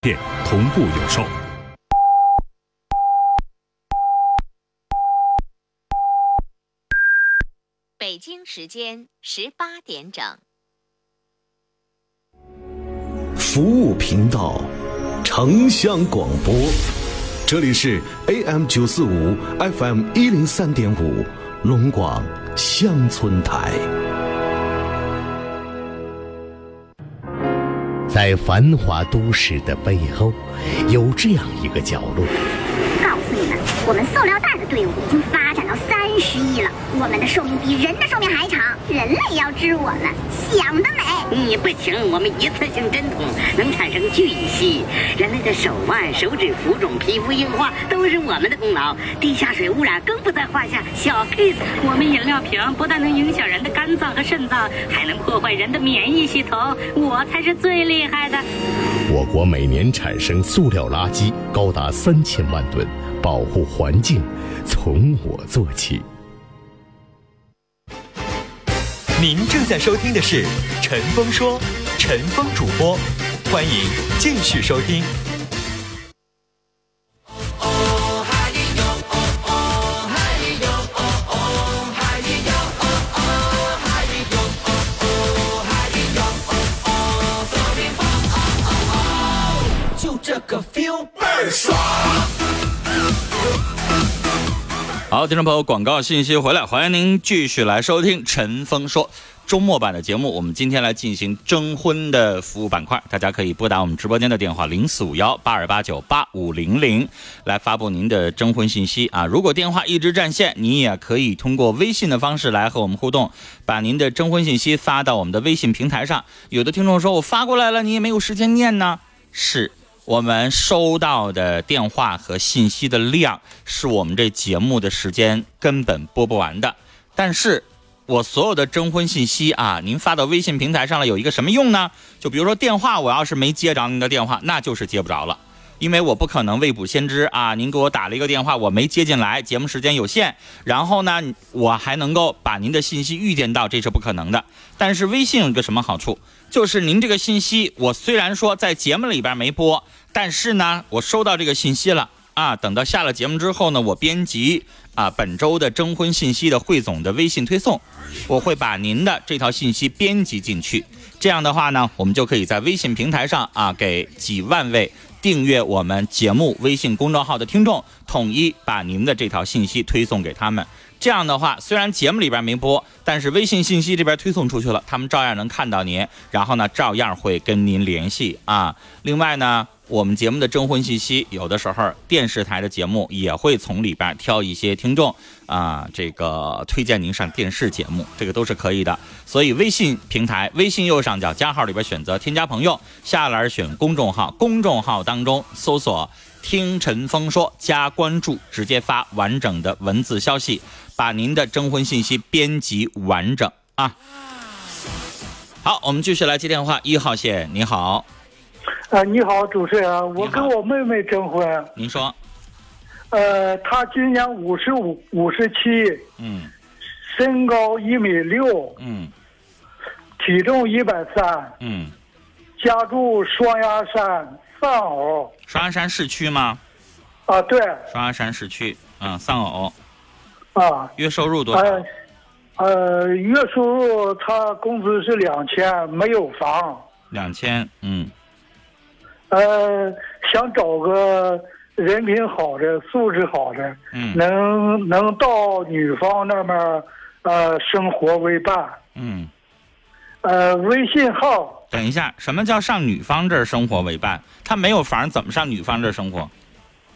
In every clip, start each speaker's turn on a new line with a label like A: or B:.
A: 店同步有售。
B: 北京时间十八点整。
C: 服务频道，城乡广播，这里是 AM 九四五 FM 一零三点五，龙广乡村台。
D: 在繁华都市的背后，有这样一个角落，
E: 告诉你们，我们塑料袋的队伍已经发展到三十亿了，我们的寿命比人的寿命还长，人类要知我们，想得美！
F: 你不行，我们一次性针筒能产生聚乙烯。人类的手腕、手指浮肿、皮肤硬化都是我们的功劳，地下水污染更不在话下。小 case，我们饮料瓶不但能影响人的肝脏和肾脏，还能破坏人的免疫系统。我才是最厉害的。
D: 我国每年产生塑料垃圾高达三千万吨，保护环境从我做起。
G: 您正在收听的是《陈峰说》，陈峰主播，欢迎继续收听。
H: 就这个 feel 倍儿爽。
I: 好，听众朋友，广告信息回来，欢迎您继续来收听《陈峰说》周末版的节目。我们今天来进行征婚的服务板块，大家可以拨打我们直播间的电话零四五幺八二八九八五零零来发布您的征婚信息啊。如果电话一直占线，您也可以通过微信的方式来和我们互动，把您的征婚信息发到我们的微信平台上。有的听众说，我发过来了，你也没有时间念呢。是我们收到的电话和信息的量，是我们这节目的时间根本播不完的。但是，我所有的征婚信息啊，您发到微信平台上了，有一个什么用呢？就比如说电话，我要是没接着您的电话，那就是接不着了。因为我不可能未卜先知啊，您给我打了一个电话，我没接进来，节目时间有限，然后呢，我还能够把您的信息预见到，这是不可能的。但是微信有一个什么好处？就是您这个信息，我虽然说在节目里边没播，但是呢，我收到这个信息了啊。等到下了节目之后呢，我编辑啊本周的征婚信息的汇总的微信推送，我会把您的这条信息编辑进去。这样的话呢，我们就可以在微信平台上啊，给几万位订阅我们节目微信公众号的听众，统一把您的这条信息推送给他们。这样的话，虽然节目里边没播，但是微信信息这边推送出去了，他们照样能看到您，然后呢，照样会跟您联系啊。另外呢，我们节目的征婚信息，有的时候电视台的节目也会从里边挑一些听众啊，这个推荐您上电视节目，这个都是可以的。所以微信平台，微信右上角加号里边选择添加朋友，下栏选公众号，公众号当中搜索。听陈峰说，加关注，直接发完整的文字消息，把您的征婚信息编辑完整啊。好，我们继续来接电话，一号线，你好，
J: 呃，你好，主持人，我
I: 你好
J: 跟我妹妹征婚，
I: 您说，
J: 呃，她今年五十五、五十七，
I: 嗯
J: 身高一米六，
I: 嗯
J: 体重一百三，
I: 嗯，
J: 家住双鸭山丧偶
I: 双鸭山市区吗？
J: 啊，对
I: 双鸭山市区，嗯，丧偶，
J: 啊，
I: 月收入多少？
J: 呃，呃，月收入她工资是两千，没有房，
I: 两千，嗯，
J: 呃，想找个人品好的、素质好的，
I: 嗯
J: 能能到女方那边儿呃生活为伴。
I: 嗯，
J: 呃，微信号
I: 等一下，什么叫上女方这儿生活为伴？他没有房，怎么上女方这儿生活？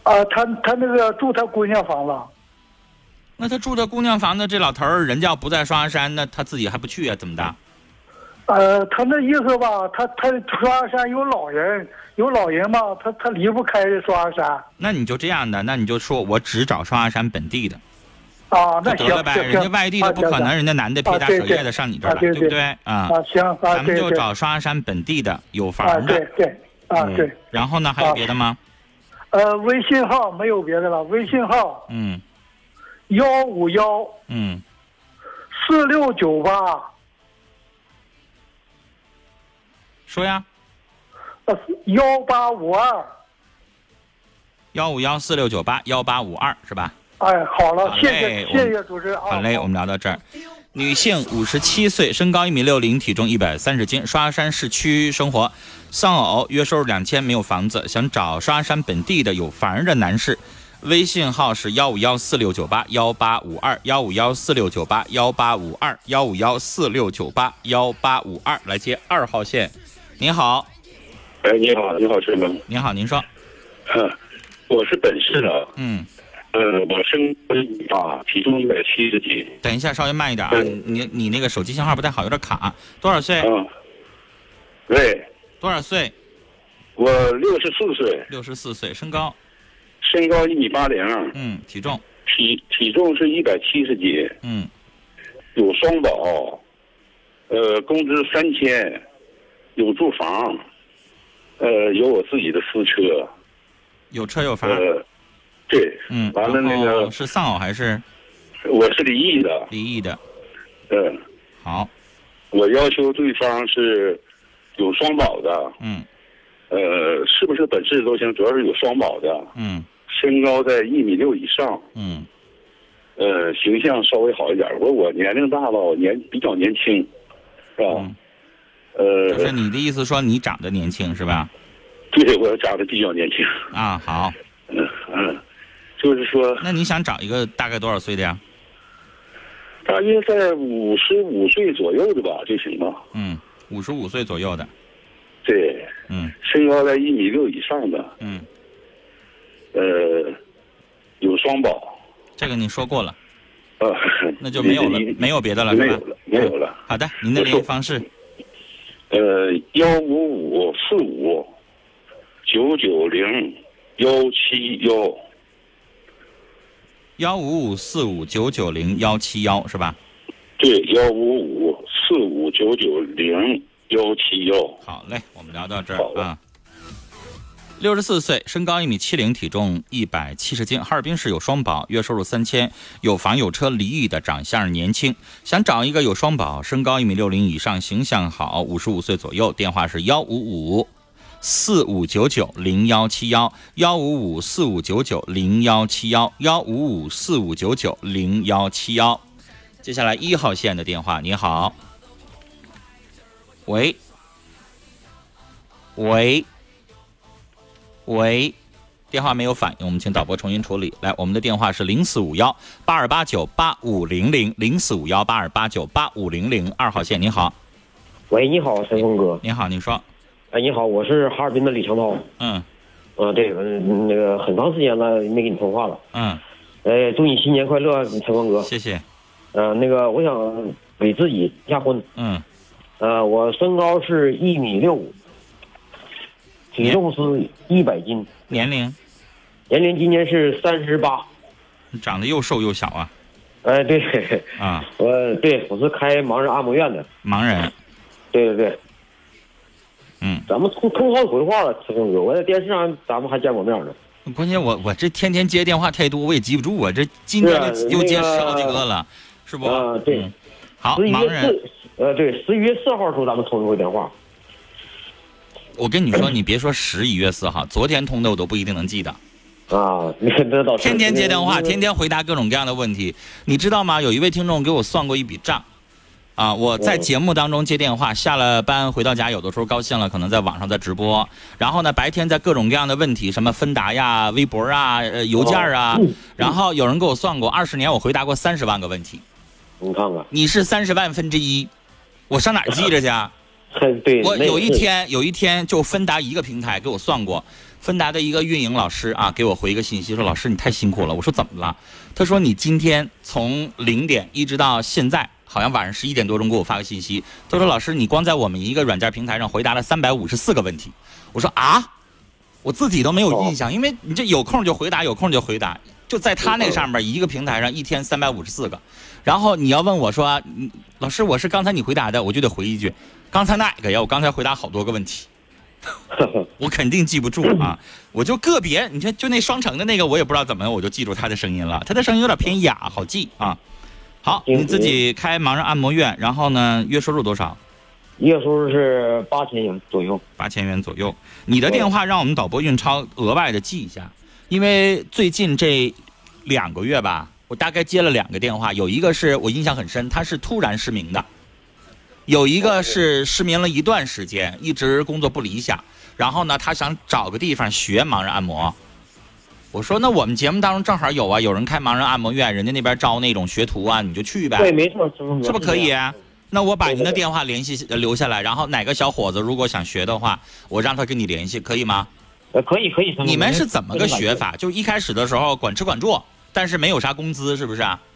J: 啊、他他那个住他姑娘房了，
I: 那他住的姑娘房的这老头儿，人家要不在双鸭山，那他自己还不去啊？怎么的？
J: 呃，他那意思吧，他他双鸭山有老人，有老人吧，他他离不开这双鸭山
I: 那你就这样的，那你就说我只找双鸭山本地的，
J: 啊，那
I: 就
J: 行
I: 得了呗。
J: 行
I: 人家
J: 行，
I: 外地的
J: 啊
I: 不可
J: 行
I: 能，
J: 行
I: 人家男的撇
J: 啊
I: 大
J: 对
I: 手
J: 对
I: 业的上你这儿
J: 啊
I: 来，
J: 对
I: 不
J: 对
I: 对？啊，
J: 啊行啊，
I: 咱们
J: 对
I: 就
J: 对
I: 找双鸭山本地的有
J: 啊
I: 房
J: 对
I: 的。
J: 对啊
I: 嗯
J: 对，
I: 然后呢，还有
J: 啊
I: 别的吗？
J: 呃，微信号没有别的了，微信号
I: 嗯
J: 幺五幺
I: 嗯，
J: 四六九八
I: 说呀，
K: 呃幺八五二。
I: 幺五幺四六九八幺八五二是吧？
K: 哎，好了
I: 好，
K: 谢
I: 嘞
K: 谢
I: 我们
K: 谢谢主持人啊。
I: 好
J: 哦
I: 嘞，我们聊到这儿。女性，五十七岁，身高一米六零，体重一百三十斤，刷山市区生活，丧偶，月收入两千，没有房子，想找刷山本地的有房儿的男士。微信号是幺五幺四六九八幺八五二幺五幺四六九八幺八五二幺五幺四六九八幺八五二，来接二号线。您好，
L: 哎，你好，你好，春萌。
I: 您好，您说，
L: 嗯，我是本市的，
I: 嗯，
L: 呃，我身高一米八，啊体重一百七十斤。
I: 等一下，稍微慢一点啊，你你那个手机信号不太好，有点卡。多少岁？
L: 嗯，喂，
I: 多少岁？
L: 我六十四岁，
I: 六十四岁，身高，
L: 身高一米八零，
I: 嗯，体重，
L: 体体重是一百七十斤，
I: 嗯，
L: 有双保，呃，工资三千，有住房，呃，有我自己的私车，
I: 有车有房，
L: 呃，对，
I: 啊嗯，
L: 完了那
I: 然
L: 个
I: 后是丧偶还是
L: 我是离异的，
I: 离异的？
L: 嗯、
I: 好，
L: 我要求对方是有双保的，
I: 嗯
L: 呃，是不是本市都行，主要是有双保的，
I: 嗯
L: 身高在一米六以上，
I: 嗯，
L: 呃，形象稍微好一点。我我年龄大了，我年比较年轻，是吧？
I: 嗯就是
L: 呃，
I: 你的意思说你长得年轻是吧？
L: 对我长得比较年轻，
I: 啊，好，
L: 嗯嗯，就是说
I: 那你想找一个大概多少岁的呀？
L: 大约在五十五岁左右的吧，就行吧。
I: 嗯，五十五岁左右的，
L: 对，
I: 嗯
L: 身高在一米六以上的，
I: 嗯，
L: 呃，有双保，
I: 这个你说过了，
L: 啊，
I: 那就没有了
L: 你，
I: 没有别的了
L: 没
I: 是
L: 有
I: 吧？
L: 了，没有了。
I: 好的，您的联系方式，
L: 呃，幺五五四五九九零幺七幺，
I: 幺五五四五九九零幺七幺是吧？
L: 对，幺五五四五九九零幺七幺。
I: 好嘞，我们聊到这
L: 好
I: 儿
L: 嘞
I: 啊。六十四岁，身高一米七零，体重一百七十斤，哈尔滨市有双保，月收入三千，有房有车，离异的，长相年轻，想找一个有双保，身高一米六零以上，形象好，五十五岁左右，电话是幺五五四五九九零幺七幺幺五五四五九九零幺七幺幺五五四五九九零幺七幺。接下来一号线的电话，你好，喂。喂，喂，电话没有反应，我们请导播重新处理。来，我们的电话是零四五幺八二八九八五零零零四五幺八二八九八五零零二号线。您好，
J: 喂，你好，陈峰哥。
I: 您好，您说，
J: 哎，你好，我是哈尔滨的李长涛。
I: 嗯
J: 啊，对，嗯，那个很长时间了没给你通话了。
I: 嗯，
J: 哎，祝你新年快乐，陈峰哥。
I: 谢谢，
J: 呃，那个我想给自己结下婚。
I: 嗯，
J: 呃，我身高是一米六五，体重是一百斤，
I: 年龄，
J: 年龄今年是三十八。
I: 你长得又瘦又小啊
J: 哎，对，
I: 啊，
J: 我对我是开盲人按摩院的。
I: 盲人，
J: 对对对，
I: 嗯，
J: 咱们通通好鬼话了，陈峰哥。我在电视上咱们还见过面呢。
I: 关键我我这天天接电话太多，我也记不住啊，这今天
J: 是啊
I: 又接
J: 那
I: 十
J: 个
I: 好几个了，是不？
J: 啊对
I: 嗯好，
J: 十一
I: 盲
J: 月
I: 人，
J: 四，呃，对，十一月四号的时候咱们通一回电话。
I: 我跟你说，你别说十一月四号，昨天通的我都不一定能记得。
J: 啊，那那倒是
I: 天天接电话，天。
J: 因为
I: 天回答各种各样的问题，你知道吗？有一位听众给我算过一笔账，啊，我在
J: 嗯
I: 节目当中接电话，下了班回到家，有的时候高兴了，可能在网上在直播，然后呢，白天在各种各样的问题，什么芬达呀、微博啊、呃、邮件啊，然后有人给我算过，二十年我回答过三十万个问题，
J: 你看看，
I: 你是三十万分之一，我上哪儿记着去？啊？
J: 还对，
I: 我
J: 那
I: 有一
J: 是，
I: 天，有一天就芬达一个平台给我算过，芬达的一个运营老师啊，给我回一个信息说：“老师，你太辛苦了。”我说：“怎么了？”他说：“你今天从零点一直到现在，好像晚上十一点多钟给我发个信息，他说：‘老师，你光在我们一个软件平台上回答了三百五十四个问题。’我说：‘啊，我自己都没有印象，因为你这有空就回答，有空就回答。’就在他那上面一个平台上，一天三百五十四个。然后你要问我说，嗯老师，我是刚才你回答的，我就得回一句，刚才哪个呀？我刚才回答好多个问题，我肯定记不住啊。我就个别，你看就那双城的那个，我也不知道怎么我就记住他的声音了。他的声音有点偏哑，好记啊。好，你自己开盲人按摩院，然后呢，月收入多少？
L: 月收入是八千元左右。
I: 八千元左右。你的电话让我们导播运超额外的记一下，因为最近这两个月吧，我大概接了两个电话，有一个是我印象很深，他是突然失明的，有一个是失明了一段时间，一直工作不理想，然后呢，他想找个地方学盲人按摩。我说那我们节目当中正好有啊，有人开盲人按摩院，人家那边招那种学徒啊，你就去呗。
L: 对，没错，是不
I: 是不是可以？啊？那我把您的电话联系呃留下来，然后哪个小伙子如果想学的话，我让他跟你联系，可以吗？
L: 呃，可以，可以。
I: 你们是怎么个学？法？就一开始的时候管吃管住，但是没有啥工资，是不是啊？
J: 哎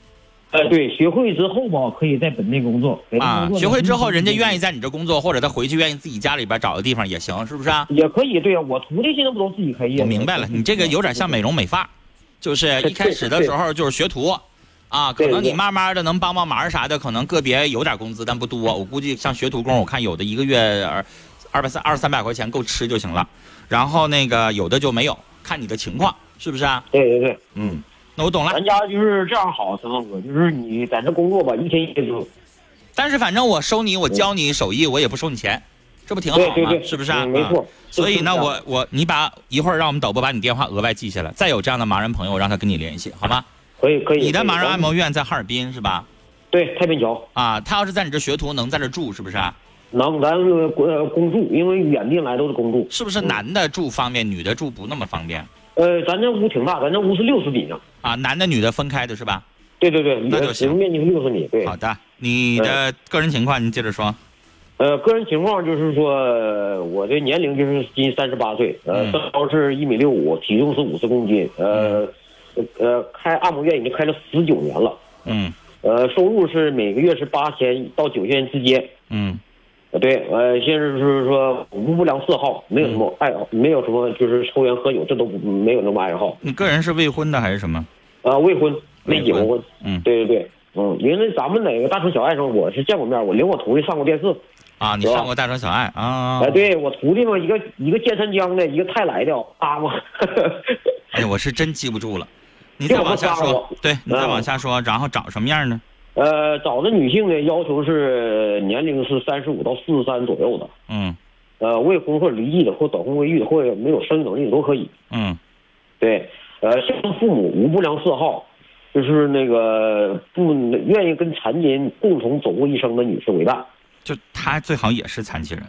L: 呃，对，学会之后吧，可以在本地工作。本地
I: 啊
L: 工，作
I: 学会之后，人家
L: 意
I: 愿意在你这工作，或者他回去愿意自己家里边找个地方也行，是不是啊？
L: 也可以。对呀，我徒弟现在不都自己开业？嗯
I: 我明白了，你这个有点像美容美发，就是一开始的时候就是学徒，啊，可能你慢慢的能帮帮忙啥的，可能个别有点工资，但不多。我估计像学徒工，我看有的一个月二二百三二三百块钱够吃就行了，然后那个有的就没有，看你的情况是不是啊？
L: 对对对，
I: 嗯，那我懂了。
L: 咱家就是这样好，陈峰哥，就是你在这工作吧，一天一天做。
I: 但是反正我收你，我教你手艺，我也不收你钱，这不挺好吗？
L: 对对对
I: 是不是啊？
L: 嗯没错
I: 嗯所以呢，
L: 就是这
I: 我
L: 样
I: 我你把一会儿让我们导播把你电话额外记下来，再有这样的盲人朋友，我让他跟你联系，好吗？
L: 可以可以。
I: 你的
L: 可以
I: 盲人按摩？院在哈尔滨是吧？
L: 对，太平桥。
I: 啊，他要是在你这学徒，能在这住是不是啊？
L: 能，咱呃公呃公住，因为远地来都是公住。
I: 是不是男的住方便，女的住不那么方便
L: 呃，咱这屋挺大，咱这屋是六十米呢。
I: 啊？男的女的分开的是吧？
L: 对对对，
I: 那就行
L: 人面积六十米。对，
I: 好的，你的个人情况你接着说。
L: 呃，个人情况就是说，呃我的年龄就是今三十八岁，呃，
I: 嗯
L: 身高是一米六五，体重是五十公斤，呃，呃，开按摩院已经开了十九年了，
I: 嗯
L: 呃，收入是每个月是八千到九千之间，
I: 嗯
L: 呃，对，呃，现在就是说无不良嗜好，没有什
I: 嗯
L: 么爱好，没有什么就是抽烟喝酒，这都不没有那么爱好，
I: 你个人是未婚的还是什么？
L: 啊、未婚，没结过婚，
I: 嗯
L: 对对对，嗯，因为咱们哪个大城小爱上，我是见过面，我领我徒弟上过电视，
I: 啊，你
L: 有
I: 上过大城小爱啊？
L: 哎，对我徒弟嘛，一个一个剑三江的，一个泰来的，啊我，
I: 哎呀，我是真记不住了。你
L: 这
I: 再
L: 我
I: 往
L: 不
I: 下
L: 夸
I: 说
L: 我，
I: 对你再
L: 嗯
I: 往下说，然后找什么样的？
L: 呃，找的女性呢，要求是年龄是三十五到四十三左右的，
I: 嗯
L: 呃，未婚或者离异的，或短婚未育的，或者没有生育能力的都可以。
I: 嗯
L: 对，呃，像父母无不良嗜好，就是那个不愿意跟残疾人共同走过一生的女士为伴。
I: 就他最好也是残疾人。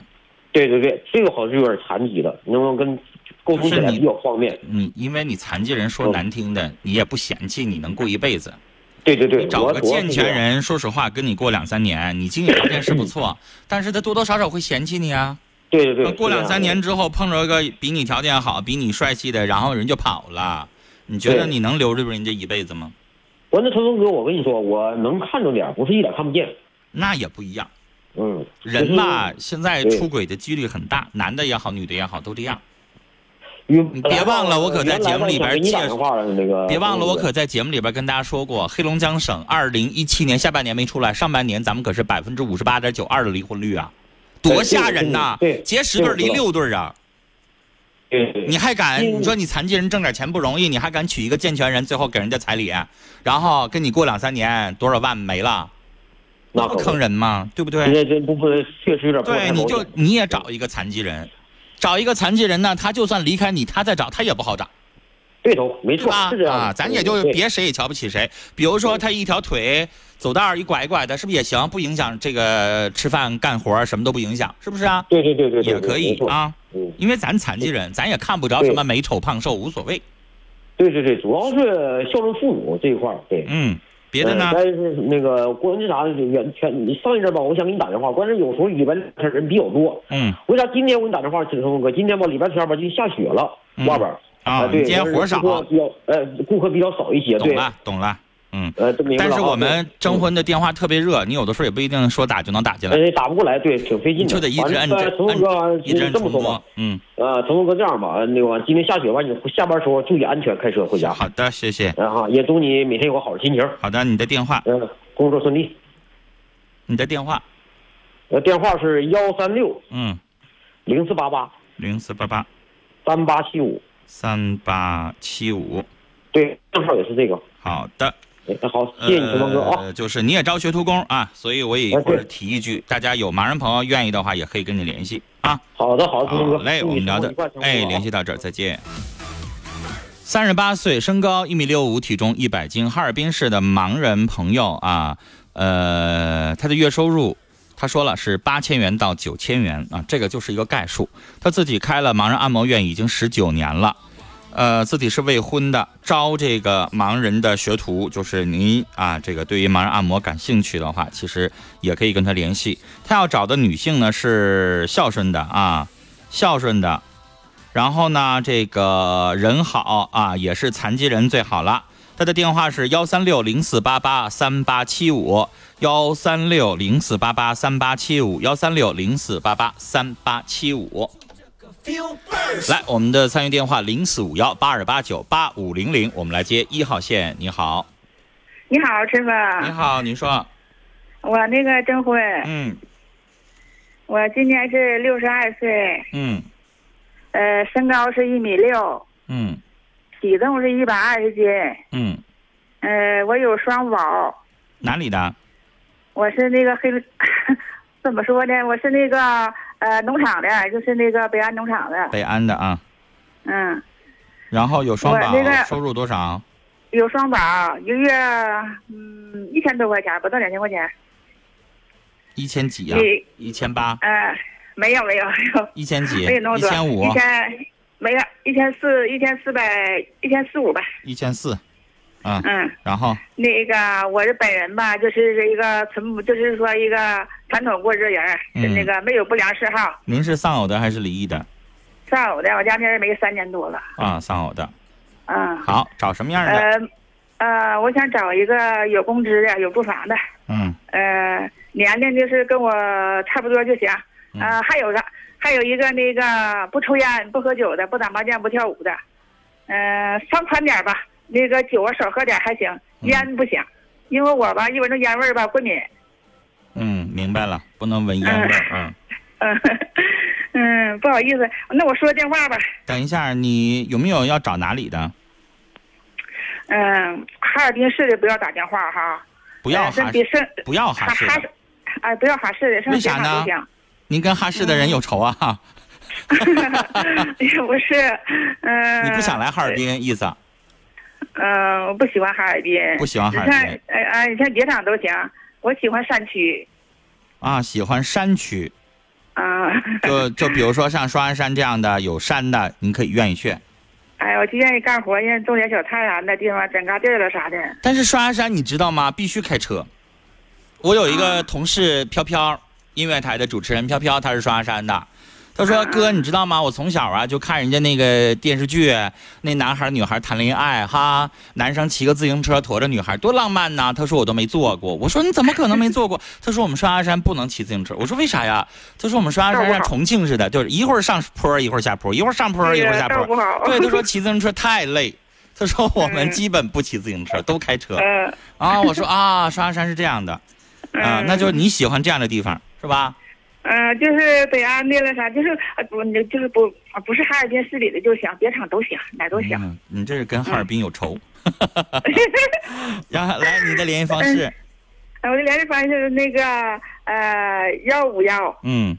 L: 对对对，这个好像是有点残疾了，能不能跟沟通起来比较方便？
I: 你因为你残疾人
L: 嗯
I: 说难听的，你也不嫌弃，你能过一辈子。
L: 对对对，
I: 找
L: 我
I: 个
L: 我
I: 健全人，说实话，跟你过两三年，你经济条件 是不错，但是他多多少少会嫌弃你啊。
L: 对对对，啊
I: 那过
L: 是
I: 两
L: 这样
I: 三
L: 的
I: 年之后碰着个比你条件好、比你帅气的，然后人就跑了，你觉得
L: 对
I: 你能留住人家一辈子吗？
L: 我那陈峰哥，我跟你说，我能看着点儿，不是一点看不见。
I: 那也不一样。
L: 嗯，
I: 人吧
L: 就，
I: 现在
L: 对
I: 出轨的几率很大，男的也好，女的也好，都这样。
L: 是，
I: 你
L: 你
I: 别忘了我可在节目里边
L: 你
I: 介
L: 打电话了那个。
I: 别忘了，我可在节目里边跟大家说过，黑龙江省二零一七年下半年没出来，上半年咱们可是百分之五十八点九二的离婚率啊，多吓人呐！
L: 对对
I: 结十对儿离六对儿啊，
L: 对对
I: 你还敢？
L: 因为
I: 你说你残疾人挣点钱不容易，你还敢娶一个健全人，最后给人家彩礼，然后跟你过两三年多少万没了，
L: 那
I: 不坑人吗？对不对？
L: 这这不不，确实有点不
I: 对，
L: 太
I: 你
L: 保
I: 就
L: 险。
I: 你也找一个残疾人，找一个残疾人呢，他就算离开你，他再找他也不好找，
L: 对头，没
I: 是
L: 错
I: 吧，
L: 是这？样的。
I: 啊，咱也就
L: 对
I: 别谁也瞧不起谁。比如说他一条腿走道一拐一拐的，是不是也行？不影响这个吃饭干活，什么都不影响，是不是啊？
L: 对对对对对
I: 也可以。啊，
L: 对没错嗯，
I: 因为咱残疾人，咱也看不着什么美丑胖瘦，无所谓。
L: 对对对，主要是孝顺父母这一块儿，对。
I: 嗯，别的呢
L: 呃？但是那个关键啥的，原全你上一阵吧，我想给你打电话，关键有时候礼拜天人比较多。
I: 嗯
L: 为啥今天我给你打电话，陈峰哥？今天吧，礼拜天吧，就下雪了，
I: 嗯
L: 外边儿。
I: 啊，
L: 对，
I: 你今天活少，
L: 顾客比较呃，顾客比较少一些，
I: 懂
L: 对，
I: 了，懂了。嗯，
L: 呃，这么一个
I: 但是
L: 老
I: 我
L: 板
I: 们征婚的电话特别热，你有的时候也不一定说打就能打进来。
L: 呃打不过来，对，挺费劲
I: 你
L: 的，
I: 就得一直摁
L: 反正
I: 着
L: 呃陈峰哥
I: 摁，，一直摁
L: 这么
I: 重
L: 说吧
I: 播，。嗯，
L: 呃，陈峰哥这样吧，呃那个今天下雪完，你下班时候注意安全，开车回家。
I: 好的，谢谢。
L: 然后啊也祝你每天有个好的心情，
I: 好的，你的电话，
L: 嗯、工作顺利。
I: 你的电话，
L: 呃，电话是幺三六
I: 嗯，
L: 零四八八
I: 零四八八
L: 三八七五，
I: 三八七五。
L: 对，正号也是这个。哎
I: 好的，
L: 那好，谢谢你，陈峰哥啊。
I: 呃，就是你也招学徒工啊，所以我也一会儿提一句，大家有盲人朋友愿意的话，也可以跟你联系啊。
L: 好的，好的，陈峰哥。
I: 嘞，
L: 祝你
I: 我们聊
L: 生活
I: 的
L: 愉快陈峰
I: 哎，
L: 哥啊
I: 联系到这儿，再见。三十八岁，身高一米六五，体重一百斤，哈尔滨市的盲人朋友啊，呃，他的月收入，他说了是八千元到九千元啊，这个就是一个概述。他自己开了盲人按摩院已经十九年了。呃，自己是未婚的，招这个盲人的学徒，就是您啊，这个对于盲人按摩感兴趣的话，其实也可以跟他联系。他要找的女性呢是孝顺的啊，孝顺的，然后呢，这个人好啊，也是残疾人最好了。他的电话是幺三六零四八八三八七五，幺三六零四八八三八七五，幺三六零四八八三八七五。来，我们的参与电话零四五幺八二八九八五零零，我们来接一号线。你好，
J: 你好，师傅。
I: 你好，您说，
J: 啊我那个征婚，
I: 嗯
J: 我今年是哎六十二岁，
I: 嗯
J: 呃，身高是一米六，
I: 嗯
J: 体重是一百二十斤，
I: 嗯，
J: 呃，我有双保，
I: 哪里的？
J: 我是那个黑，怎么说哎呢？我是那个呃农场的，就是那个北安农场的，
I: 北安的啊。
J: 嗯，
I: 然后有双保
J: 我那个，
I: 收入多少？
J: 有双保，一个月嗯一千多块钱，不到两千块钱，
I: 一千几啊
J: 你？
I: 一千八？
J: 呃，没有没 有没有，
I: 一千几？
J: 没有那么
I: 一
J: 多，
I: 千五
J: 一？千没有，一千四，一千四百，一千四五吧，
I: 一千四？啊，
J: 嗯。
I: 然后
J: 那个我这本人吧，就是一个纯朴，就是说一个传统过日人儿，
I: 嗯
J: 是那个没有不良嗜好。
I: 您是丧偶的还是离异的？
J: 丧偶的，我家那人没三年多了，
I: 啊，丧偶的。
J: 嗯，
I: 好，找什么样的？
J: 呃，呃，我想找一个有工资的、有住房的，
I: 嗯
J: 呃，年龄就是跟我差不多就行。呃，还有个，还有一个那个不抽烟、不喝酒的，不打麻将、不跳舞的，呃，放宽点儿吧，那个酒啊少喝点儿还行，烟不行，因为我吧一闻着烟味儿吧过敏。
I: 嗯，明白了，不能闻烟味儿。嗯，
J: 嗯，嗯，不好意思，那我说电话吧。
I: 等一下，你有没有要找哪里的？
J: 嗯，哈尔滨市的不要打电话哈，
I: 不要
J: 呃
I: 哈
J: 真别生
I: 不要哈市的，
J: 哎，不要哈市的，上
I: 为
J: 别
I: 啥
J: 场
I: 呢
J: 都行。
I: 您跟哈市的人有仇啊？
J: 不是，嗯、
I: 你不想来哈尔滨意思？啊
J: 嗯、我不喜欢哈尔滨。
I: 不喜欢哈尔滨
J: 你看，哎、哎，你看别场都行，我喜欢山区。
I: 啊，喜欢山区，
J: 啊、
I: 就就比如说像双鞍山这样的有山的，您可以愿意去。
J: 哎，我就愿意干活，愿意种点小菜啥的地方，整嘎地儿了啥的。
I: 但是双鸭山你知道吗？必须开车。我有一
J: 啊
I: 个同事飘飘，音乐台的主持人飘飘，她是双鸭山的。她
J: 啊
I: 说：“哥，你知道吗？我从小啊就看人家那个电视剧，那男孩儿女孩儿谈恋爱哈，男生骑个自行车驮着女孩儿，多浪漫呐！”她说：“我都没坐过。”我说：“你怎么可能没坐过？”她说：“我们双鸭山不能骑自行车。”我说：“为啥呀？”她说：“我们双鸭山像重庆似的，就是一会儿上坡一会儿下坡，一会儿上坡一会儿下
J: 哎呀
I: 坡。
J: 道不好
I: 对，她说骑自行车太累。她说我们基本不骑自行车，都开车。
J: 嗯
I: 啊，我说啊，双鸭山是这样的，啊，那就是你喜欢这样的地方是吧？
J: 嗯、就是北安的了啥，就是呃不，你就是不啊不是哈尔滨市里的就行，别场都行，哪都行。
I: 嗯，你这是跟哈尔滨有仇。
J: 嗯
I: 然后来你的联系方式，
J: 呃我的联系方式是那个呃幺五幺
I: 嗯，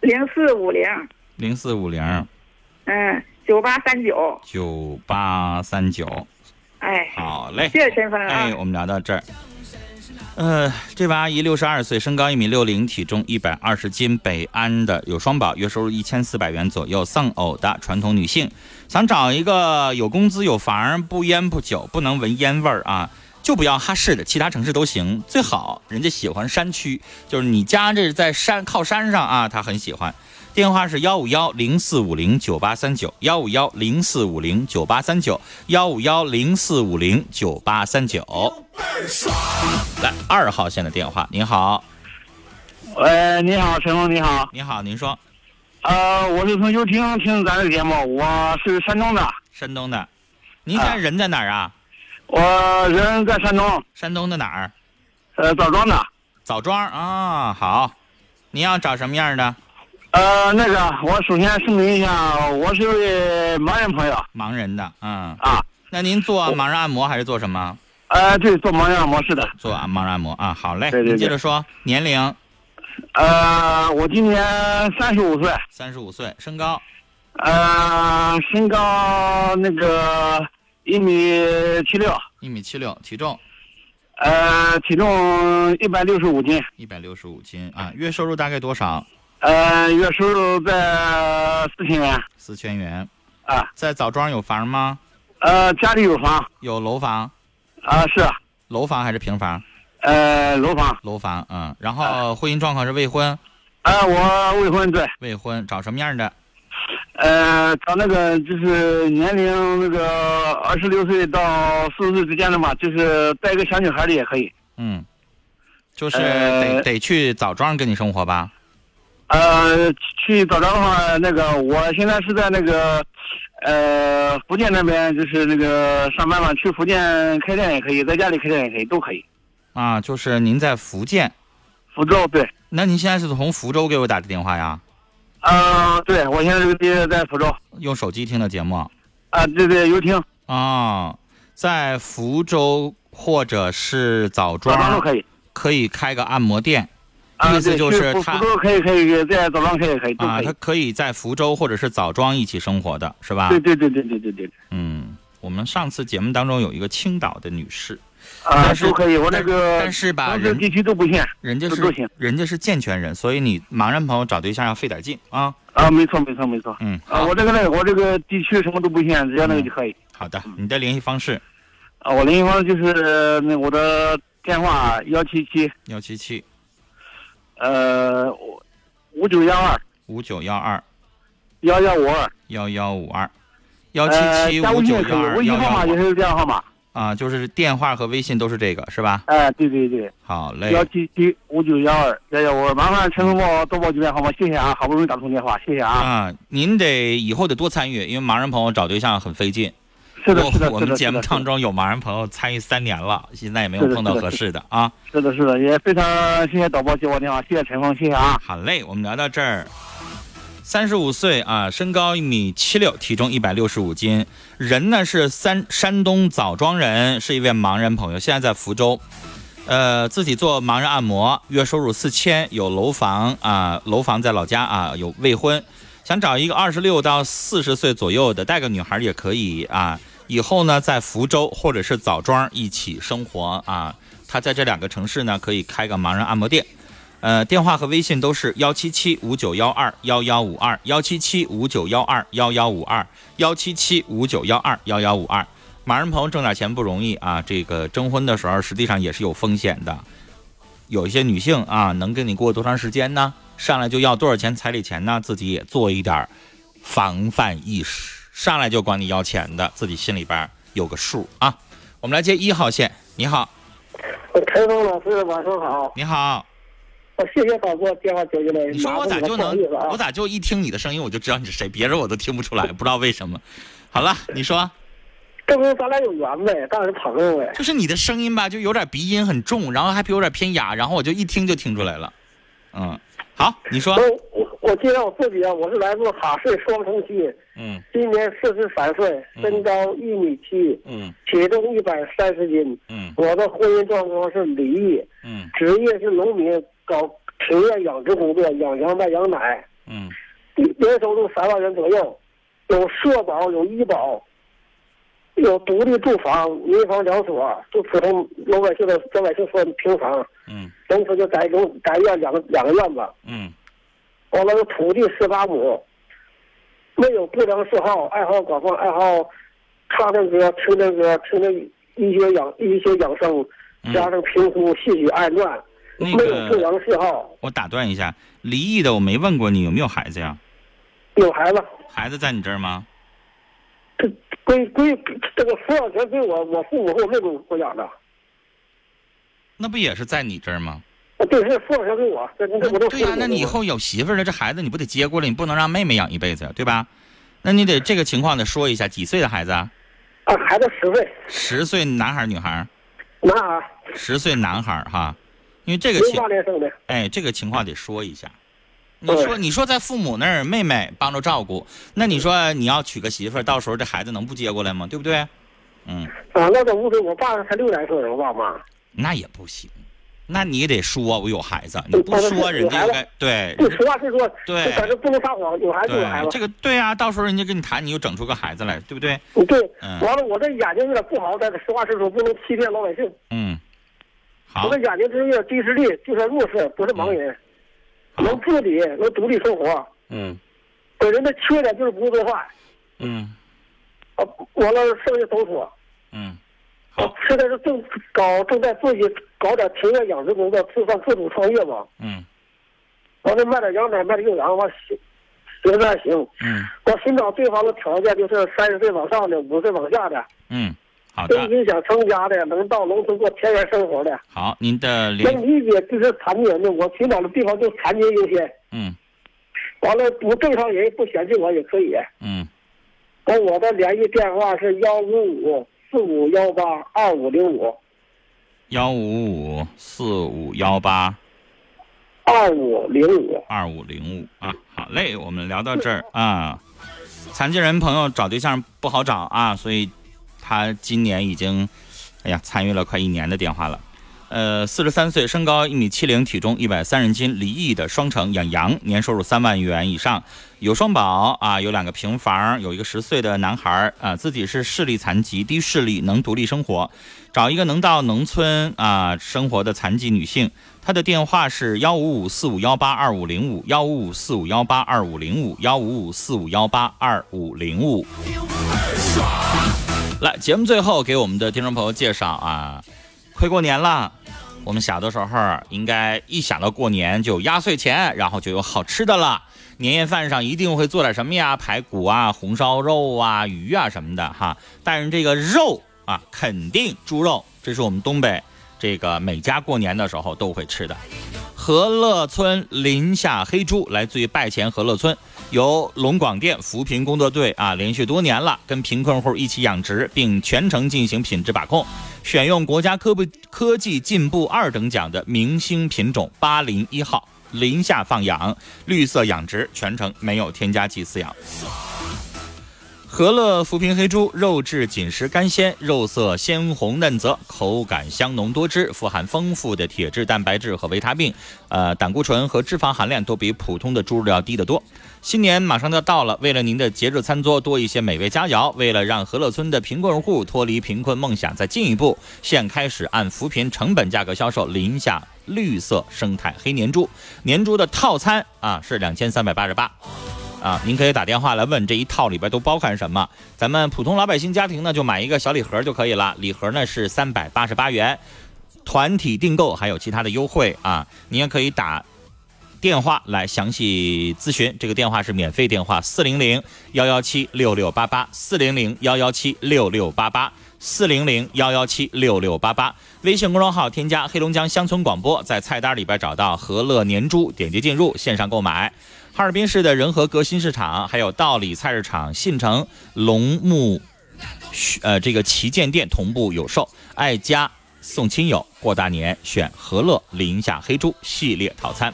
J: 零四五零
I: 零四五零
J: 嗯九八三九，
I: 九八三九，
J: 哎，
I: 好嘞。
J: 谢谢陈峰啊
I: 哎，，我们聊到这儿。呃，这位阿姨六十二岁，身高一米六零，体重一百二十斤，北安的，有双保，月收入一千四百元左右，丧偶的传统女性，想找一个有工资、有房、不烟不酒，不能闻烟味儿啊，就不要哈市的，其他城市都行，最好人家喜欢山区，就是你家这是在山靠山上啊，他很喜欢。电话是幺五幺零四五零九八三九，幺五幺零四五零九八三九，幺五幺零四五零九八三九。来，二号线的电话，您好，
M: 喂，哎你好，陈峰，你好。
I: 你好，您说
M: 呃，我是从优听听咱的节目，我啊是山东的，
I: 山东的，您现在人在哪儿啊？
M: 我人在山东。
I: 山东的哪儿？
M: 呃，枣庄的。
I: 枣庄啊，好，您要找什么样的
M: 呃，那个，我首先声明一下，我是位盲人朋友。
I: 盲人的？嗯啊，那您做盲人按摩还是做什么？
N: 呃，对，做盲人按摩是的。
I: 做按摩按摩啊，好嘞，
N: 对对
I: 您接
N: 对
I: 着说，年龄
N: 呃，我今年三十五岁，
I: 三十五岁，身高
N: 呃，身高那个一米七六，
I: 一米七六，体重
N: 呃，体重一百六十五斤，
I: 一百六十五斤啊，月收入大概多少？
N: 呃，月收入在四千元。
I: 四千元
N: 啊，
I: 在枣庄有房吗？
N: 呃，家里有房，
I: 有楼房
N: 啊，是，
I: 楼房还是平房？
N: 呃，楼房，
I: 楼房，嗯，然后婚姻状况是未婚，
N: 啊，我未婚，对，
I: 未婚，找什么样的？
N: 呃，找那个就是年龄那个二十六岁到四十岁之间的嘛，就是带个小女孩的也可以。
I: 嗯，就是
N: 呃
I: 得得去枣庄跟你生活吧？
N: 呃，去枣庄的话，那个我现在是在那个，呃，福建那边，就是那个上班嘛，去福建开店也可以，在家里开店也可以，都可以。
I: 啊，就是您在福建，
N: 福州对。
I: 那您现在是从福州给我打的电话呀？
N: 啊、对，我现在这个地在福州，
I: 用手机听的节目啊、
N: 啊，对对，游艇，
I: 在福州或者是枣庄
N: 枣庄都可以，
I: 可以开个按摩店。
N: 啊，
I: 意思
N: 对，
I: 就
N: 去
I: 是
N: 福
I: 他
N: 福州可以可以，在枣庄可以可以，都
I: 啊，
N: 可以。
I: 他可以在福州或者是枣庄一起生活的是吧？
N: 对对对对对对对，
I: 嗯，我们上次节目当中有一个青岛的女士，
N: 啊，
I: 但是
N: 都可以。我那个
I: 但是吧，
N: 当时
I: 人
N: 地区都不限，
I: 人家
N: 都都
I: 是
N: 行
I: 人家是健全人，所以你盲人朋友找对象要费点劲啊。
N: 啊，没错没错没错。
I: 嗯，
N: 啊，我这个那个我这个地区什么都不限，只要那个就可以。
I: 好的，你的联系方式
N: 啊，我联系方式就是那我的电话幺七七
I: 幺七七
N: 呃五九幺二
I: 五九幺二
N: 幺幺五二
I: 幺幺五二幺七
N: 呃
I: 七
N: 加
I: 五
N: 微信
I: 九
N: 也可
I: 幺
N: 以，
I: 二
N: 微信
I: 幺
N: 号码
I: 幺
N: 也是这样号码。
I: 啊，就是电话和微信都是这个是吧？
N: 哎，对对对，
I: 好嘞，
N: 幺七七五九幺二幺幺五二，麻烦陈总帮我多报几遍好吗？谢谢啊，好不容易打通电话，谢谢啊。
I: 啊，您得以后得多参与，因为盲人朋友找对象很费劲。
N: 是的，
I: 我
N: 是的，
I: 我
N: 是
I: 们
N: 的，
I: 节
N: 是
I: 目
N: 的，
I: 当中有盲人朋友参与三年了，现在也没有
N: 是的
I: 碰到
N: 是的
I: 合
N: 是
I: 适的啊。
N: 是的，是的，也非常谢谢导播接我电话，谢谢陈峰，谢谢啊。
I: 好嘞，我们聊到这儿。三十五岁啊，身高一米七六，体重一百六十五斤，人呢是山山东枣庄人，是一位盲人朋友，现在在福州，呃，自己做盲人按摩，月收入四千，有楼房啊，楼房在老家啊，有未婚，想找一个二十六到四十岁左右的，带个女孩也可以啊。以后呢，在福州或者是枣庄一起生活啊，他在这两个城市呢可以开个盲人按摩店。呃，电话和微信都是幺七七五九幺二幺幺五二，幺七七五九幺二幺幺五二，幺七七五九幺二幺幺五二。马人鹏挣点钱不容易啊，这个征婚的时候实际上也是有风险的。有一些女性啊，能跟你过多长时间呢？上来就要多少钱彩礼钱呢？自己也做一点儿防范意识，上来就管你要钱的，自己心里边儿有个数啊。我们来接一号线，你好，
J: 陈峰老师，晚上好！
I: 你好，
J: 我谢谢导播电话接进来，
I: 你说我咋就
J: 麻
I: 能
J: 烦你了不好意思啊？
I: 我咋就一听你的声音我就知道你是谁？别人我都听不出来，不知道为什么。好了，你说，
J: 这不是咱俩有缘呗，当然朋友呗。
I: 就是你的声音吧，就有点鼻音很重，然后还有点偏哑，然后我就一听就听出来了。嗯，好，你说，
J: 我我我介绍我自己啊，我是来自哈市双城区，
I: 嗯
J: 今年四十三岁，身高一米七，
I: 嗯
J: 体重一百三十斤。
I: 嗯
J: 我的婚姻状况是离异，
I: 嗯
J: 职业是农民，搞田业养殖工作，养羊卖羊奶，
I: 嗯
J: 年收入三万元左右，有社保，有医保，有独立住房、民房两所，就普通老百姓的老百姓说平房，
I: 嗯
J: 农村就宅农宅院两个两个院子，
I: 嗯
J: 完了土地十八亩，没有不良嗜好，爱好搞放，爱好唱唱歌、听听歌、听听医学养医学养生，加上评估戏曲爱乱，
I: 嗯那
J: 没有不
I: 个
J: 良嗜好，
I: 我打断一下，离异的我没问过你有没有孩子呀？
J: 有孩子。
I: 孩子在你这儿吗？
J: 归归这个抚养权归我，我父母和我妹给我给我养的。
I: 那不也是在你这儿吗？
J: 啊对，是抚养权归我，这这我都
I: 对呀、那你以后有媳妇儿了，这孩子你不得接过来？你不能让妹妹养一辈子呀，对吧？那你得这个情况得说一下，几岁的孩子啊？
J: 啊，孩子十岁，
I: 十岁男孩儿女孩儿？
J: 男孩，
I: 十岁男孩儿哈，因为这个
J: 零
I: 情
J: 八，年生的。
I: 哎，这个情况得说一下。你
J: 对
I: 说，你说在父母那儿，妹妹帮着照顾，那你说你要娶个媳妇儿，到时候这孩子能不接过来吗？对不对？嗯，
J: 啊，那在屋里，我爸才六来岁，我爸妈。
I: 那也不行，那你得说我有孩子，你不说人家应该对
J: 对，实话实说，
I: 对
J: 就咱这不能撒谎，有孩子有孩
I: 对这
J: 子。
I: 个对啊，到时候人家跟你谈，你又整出个孩子来，对不对？
J: 对，
I: 嗯
J: 完了我这眼睛有点不好，咱实话实说，不能欺骗老百姓。
I: 嗯，好
J: 我这眼睛是有点低视力，就是弱视，不是盲人，能自理，能独立生活。
I: 嗯
J: 本人的缺点就是不会做饭，
I: 嗯
J: 啊，完了剩下都说。
I: 嗯，
J: 我现在是正搞正在自己搞点田园养殖工作，自算自主创业嘛。
I: 嗯
J: 完了卖点羊奶，卖点牛羊，完行，实在行。
I: 嗯
J: 我寻找对方的条件就是三十岁往上的，五十岁往下的，
I: 嗯，好
J: 真
I: 的，
J: 心想成家的，能到农村过田园生活的，
I: 好，您的
J: 能
I: 联
J: 理解支持残疾人的。我寻找的地方就残疾人优先。
I: 嗯
J: 完了，不正常人不嫌弃我也可以。
I: 嗯
J: 完，我的联系电话是幺五五四五幺八二五零五
I: 幺五五四五幺八
J: 二五零五。
I: 二五零五啊，好嘞，我们聊到这儿啊。残疾人朋友找对象不好找啊，所以他今年已经，哎呀，参与了快一年的电话了。呃，四十三岁，身高一米七零，体重一百三十斤，离异的，双城，养羊，年收入三万元以上，有双保啊，有两个平房，有一个十岁的男孩儿啊，自己是视力残疾，低视力，能独立生活，找一个能到农村啊生活的残疾女性。她的电话是幺五五四五幺八二五零五，幺五五四五幺八二五零五，幺五五四五幺八二五零五。来，节目最后给我们的听众朋友介绍啊，快过年了，我们小的时候应该一想到过年就有压岁钱，然后就有好吃的了。年夜饭上一定会做点什么呀？排骨啊、红烧肉啊、鱼啊什么的哈。但是这个肉啊，肯定猪肉，这是我们东北这个每家过年的时候都会吃的。和乐村林下黑猪来自于拜前和乐村，由龙广电扶贫工作队啊，连续多年了跟贫困户一起养殖，并全程进行品质把控，选用国家科不科技进步二等奖的明星品种八零一号林下放养，绿色养殖，全程没有添加剂饲养。和乐扶贫黑猪肉质紧实干鲜，肉色鲜红嫩泽，口感香浓多汁，富含丰富的铁质、蛋白质和维他命，呃，胆固醇和脂肪含量都比普通的猪肉要低得多。新年马上就要到了，为了您的节日餐桌多一些美味佳肴，为了让和乐村的贫困户脱离贫困梦想再进一步，现开始按扶贫成本价格销售林下绿色生态黑年猪，年猪的套餐啊是两千三百八十八。啊，您可以打电话来问这一套里边都包含什么。咱们普通老百姓家庭呢，就买一个小礼盒就可以了，礼盒呢是三百八十八元，团体订购还有其他的优惠啊。您也可以打电话来详细咨询，这个电话是免费电话，四零零幺幺七六六八八，四零零幺幺七六六八八。四零零幺幺七六六八八，微信公众号添加黑龙江乡村广播，在菜单里边找到和乐年猪，点击进入线上购买。哈尔滨市的仁和革新市场，还有道里菜市场、信诚龙木呃这个旗舰店同步有售，爱家送亲友过大年，选和乐林下黑猪系列套餐。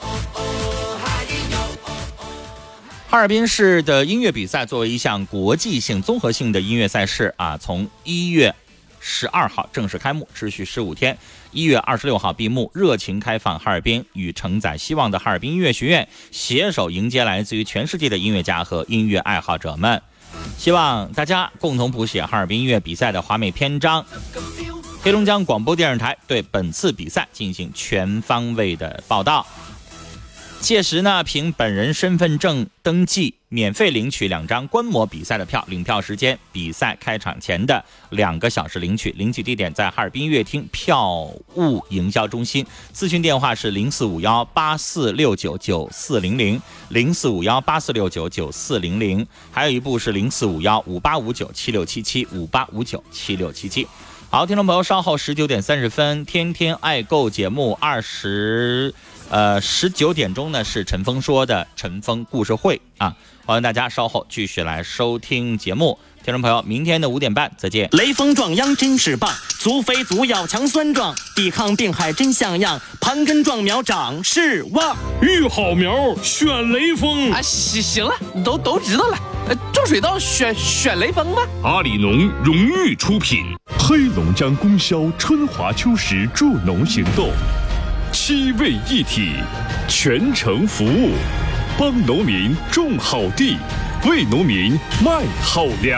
I: 哈尔滨市的音乐比赛作为一项国际性综合性的音乐赛事啊，从一月十二号正式开幕，持续十五天，一月二十六号闭幕。热情开放哈尔滨，与承载希望的哈尔滨音乐学院携手迎接来自于全世界的音乐家和音乐爱好者们。希望大家共同谱写哈尔滨音乐比赛的华美篇章。黑龙江广播电视台对本次比赛进行全方位的报道。届时呢，凭本人身份证登记，免费领取两张观摩比赛的票。领票时间：比赛开场前的两个小时领取，领取地点在哈尔滨音乐厅票务营销中心。咨询电话是零四五幺八四六九九四零零零四五幺八四六九九四零零，还有一部是零四五幺五八五九七六七七五八五九七六七七。好，听众朋友，稍后十九点三十分，《天天爱购》节目二十呃十九点钟呢是陈峰说的陈峰故事会啊，欢迎大家稍后继续来收听节目。听众朋友，明天的五点半再见。
O: 雷锋壮秧真是棒，足肥足咬强酸壮，抵抗病害真像样，盘根壮苗长势旺。
P: 育好苗，选雷锋。哎
Q: 啊，行行了，你都都知道了。
P: 呃，种水稻选选雷锋吧。
Q: 阿里农荣誉出品，
A: 黑龙江供销春华秋实助农行动，七位一体，全程服务，帮农民种好地，为农民卖好粮。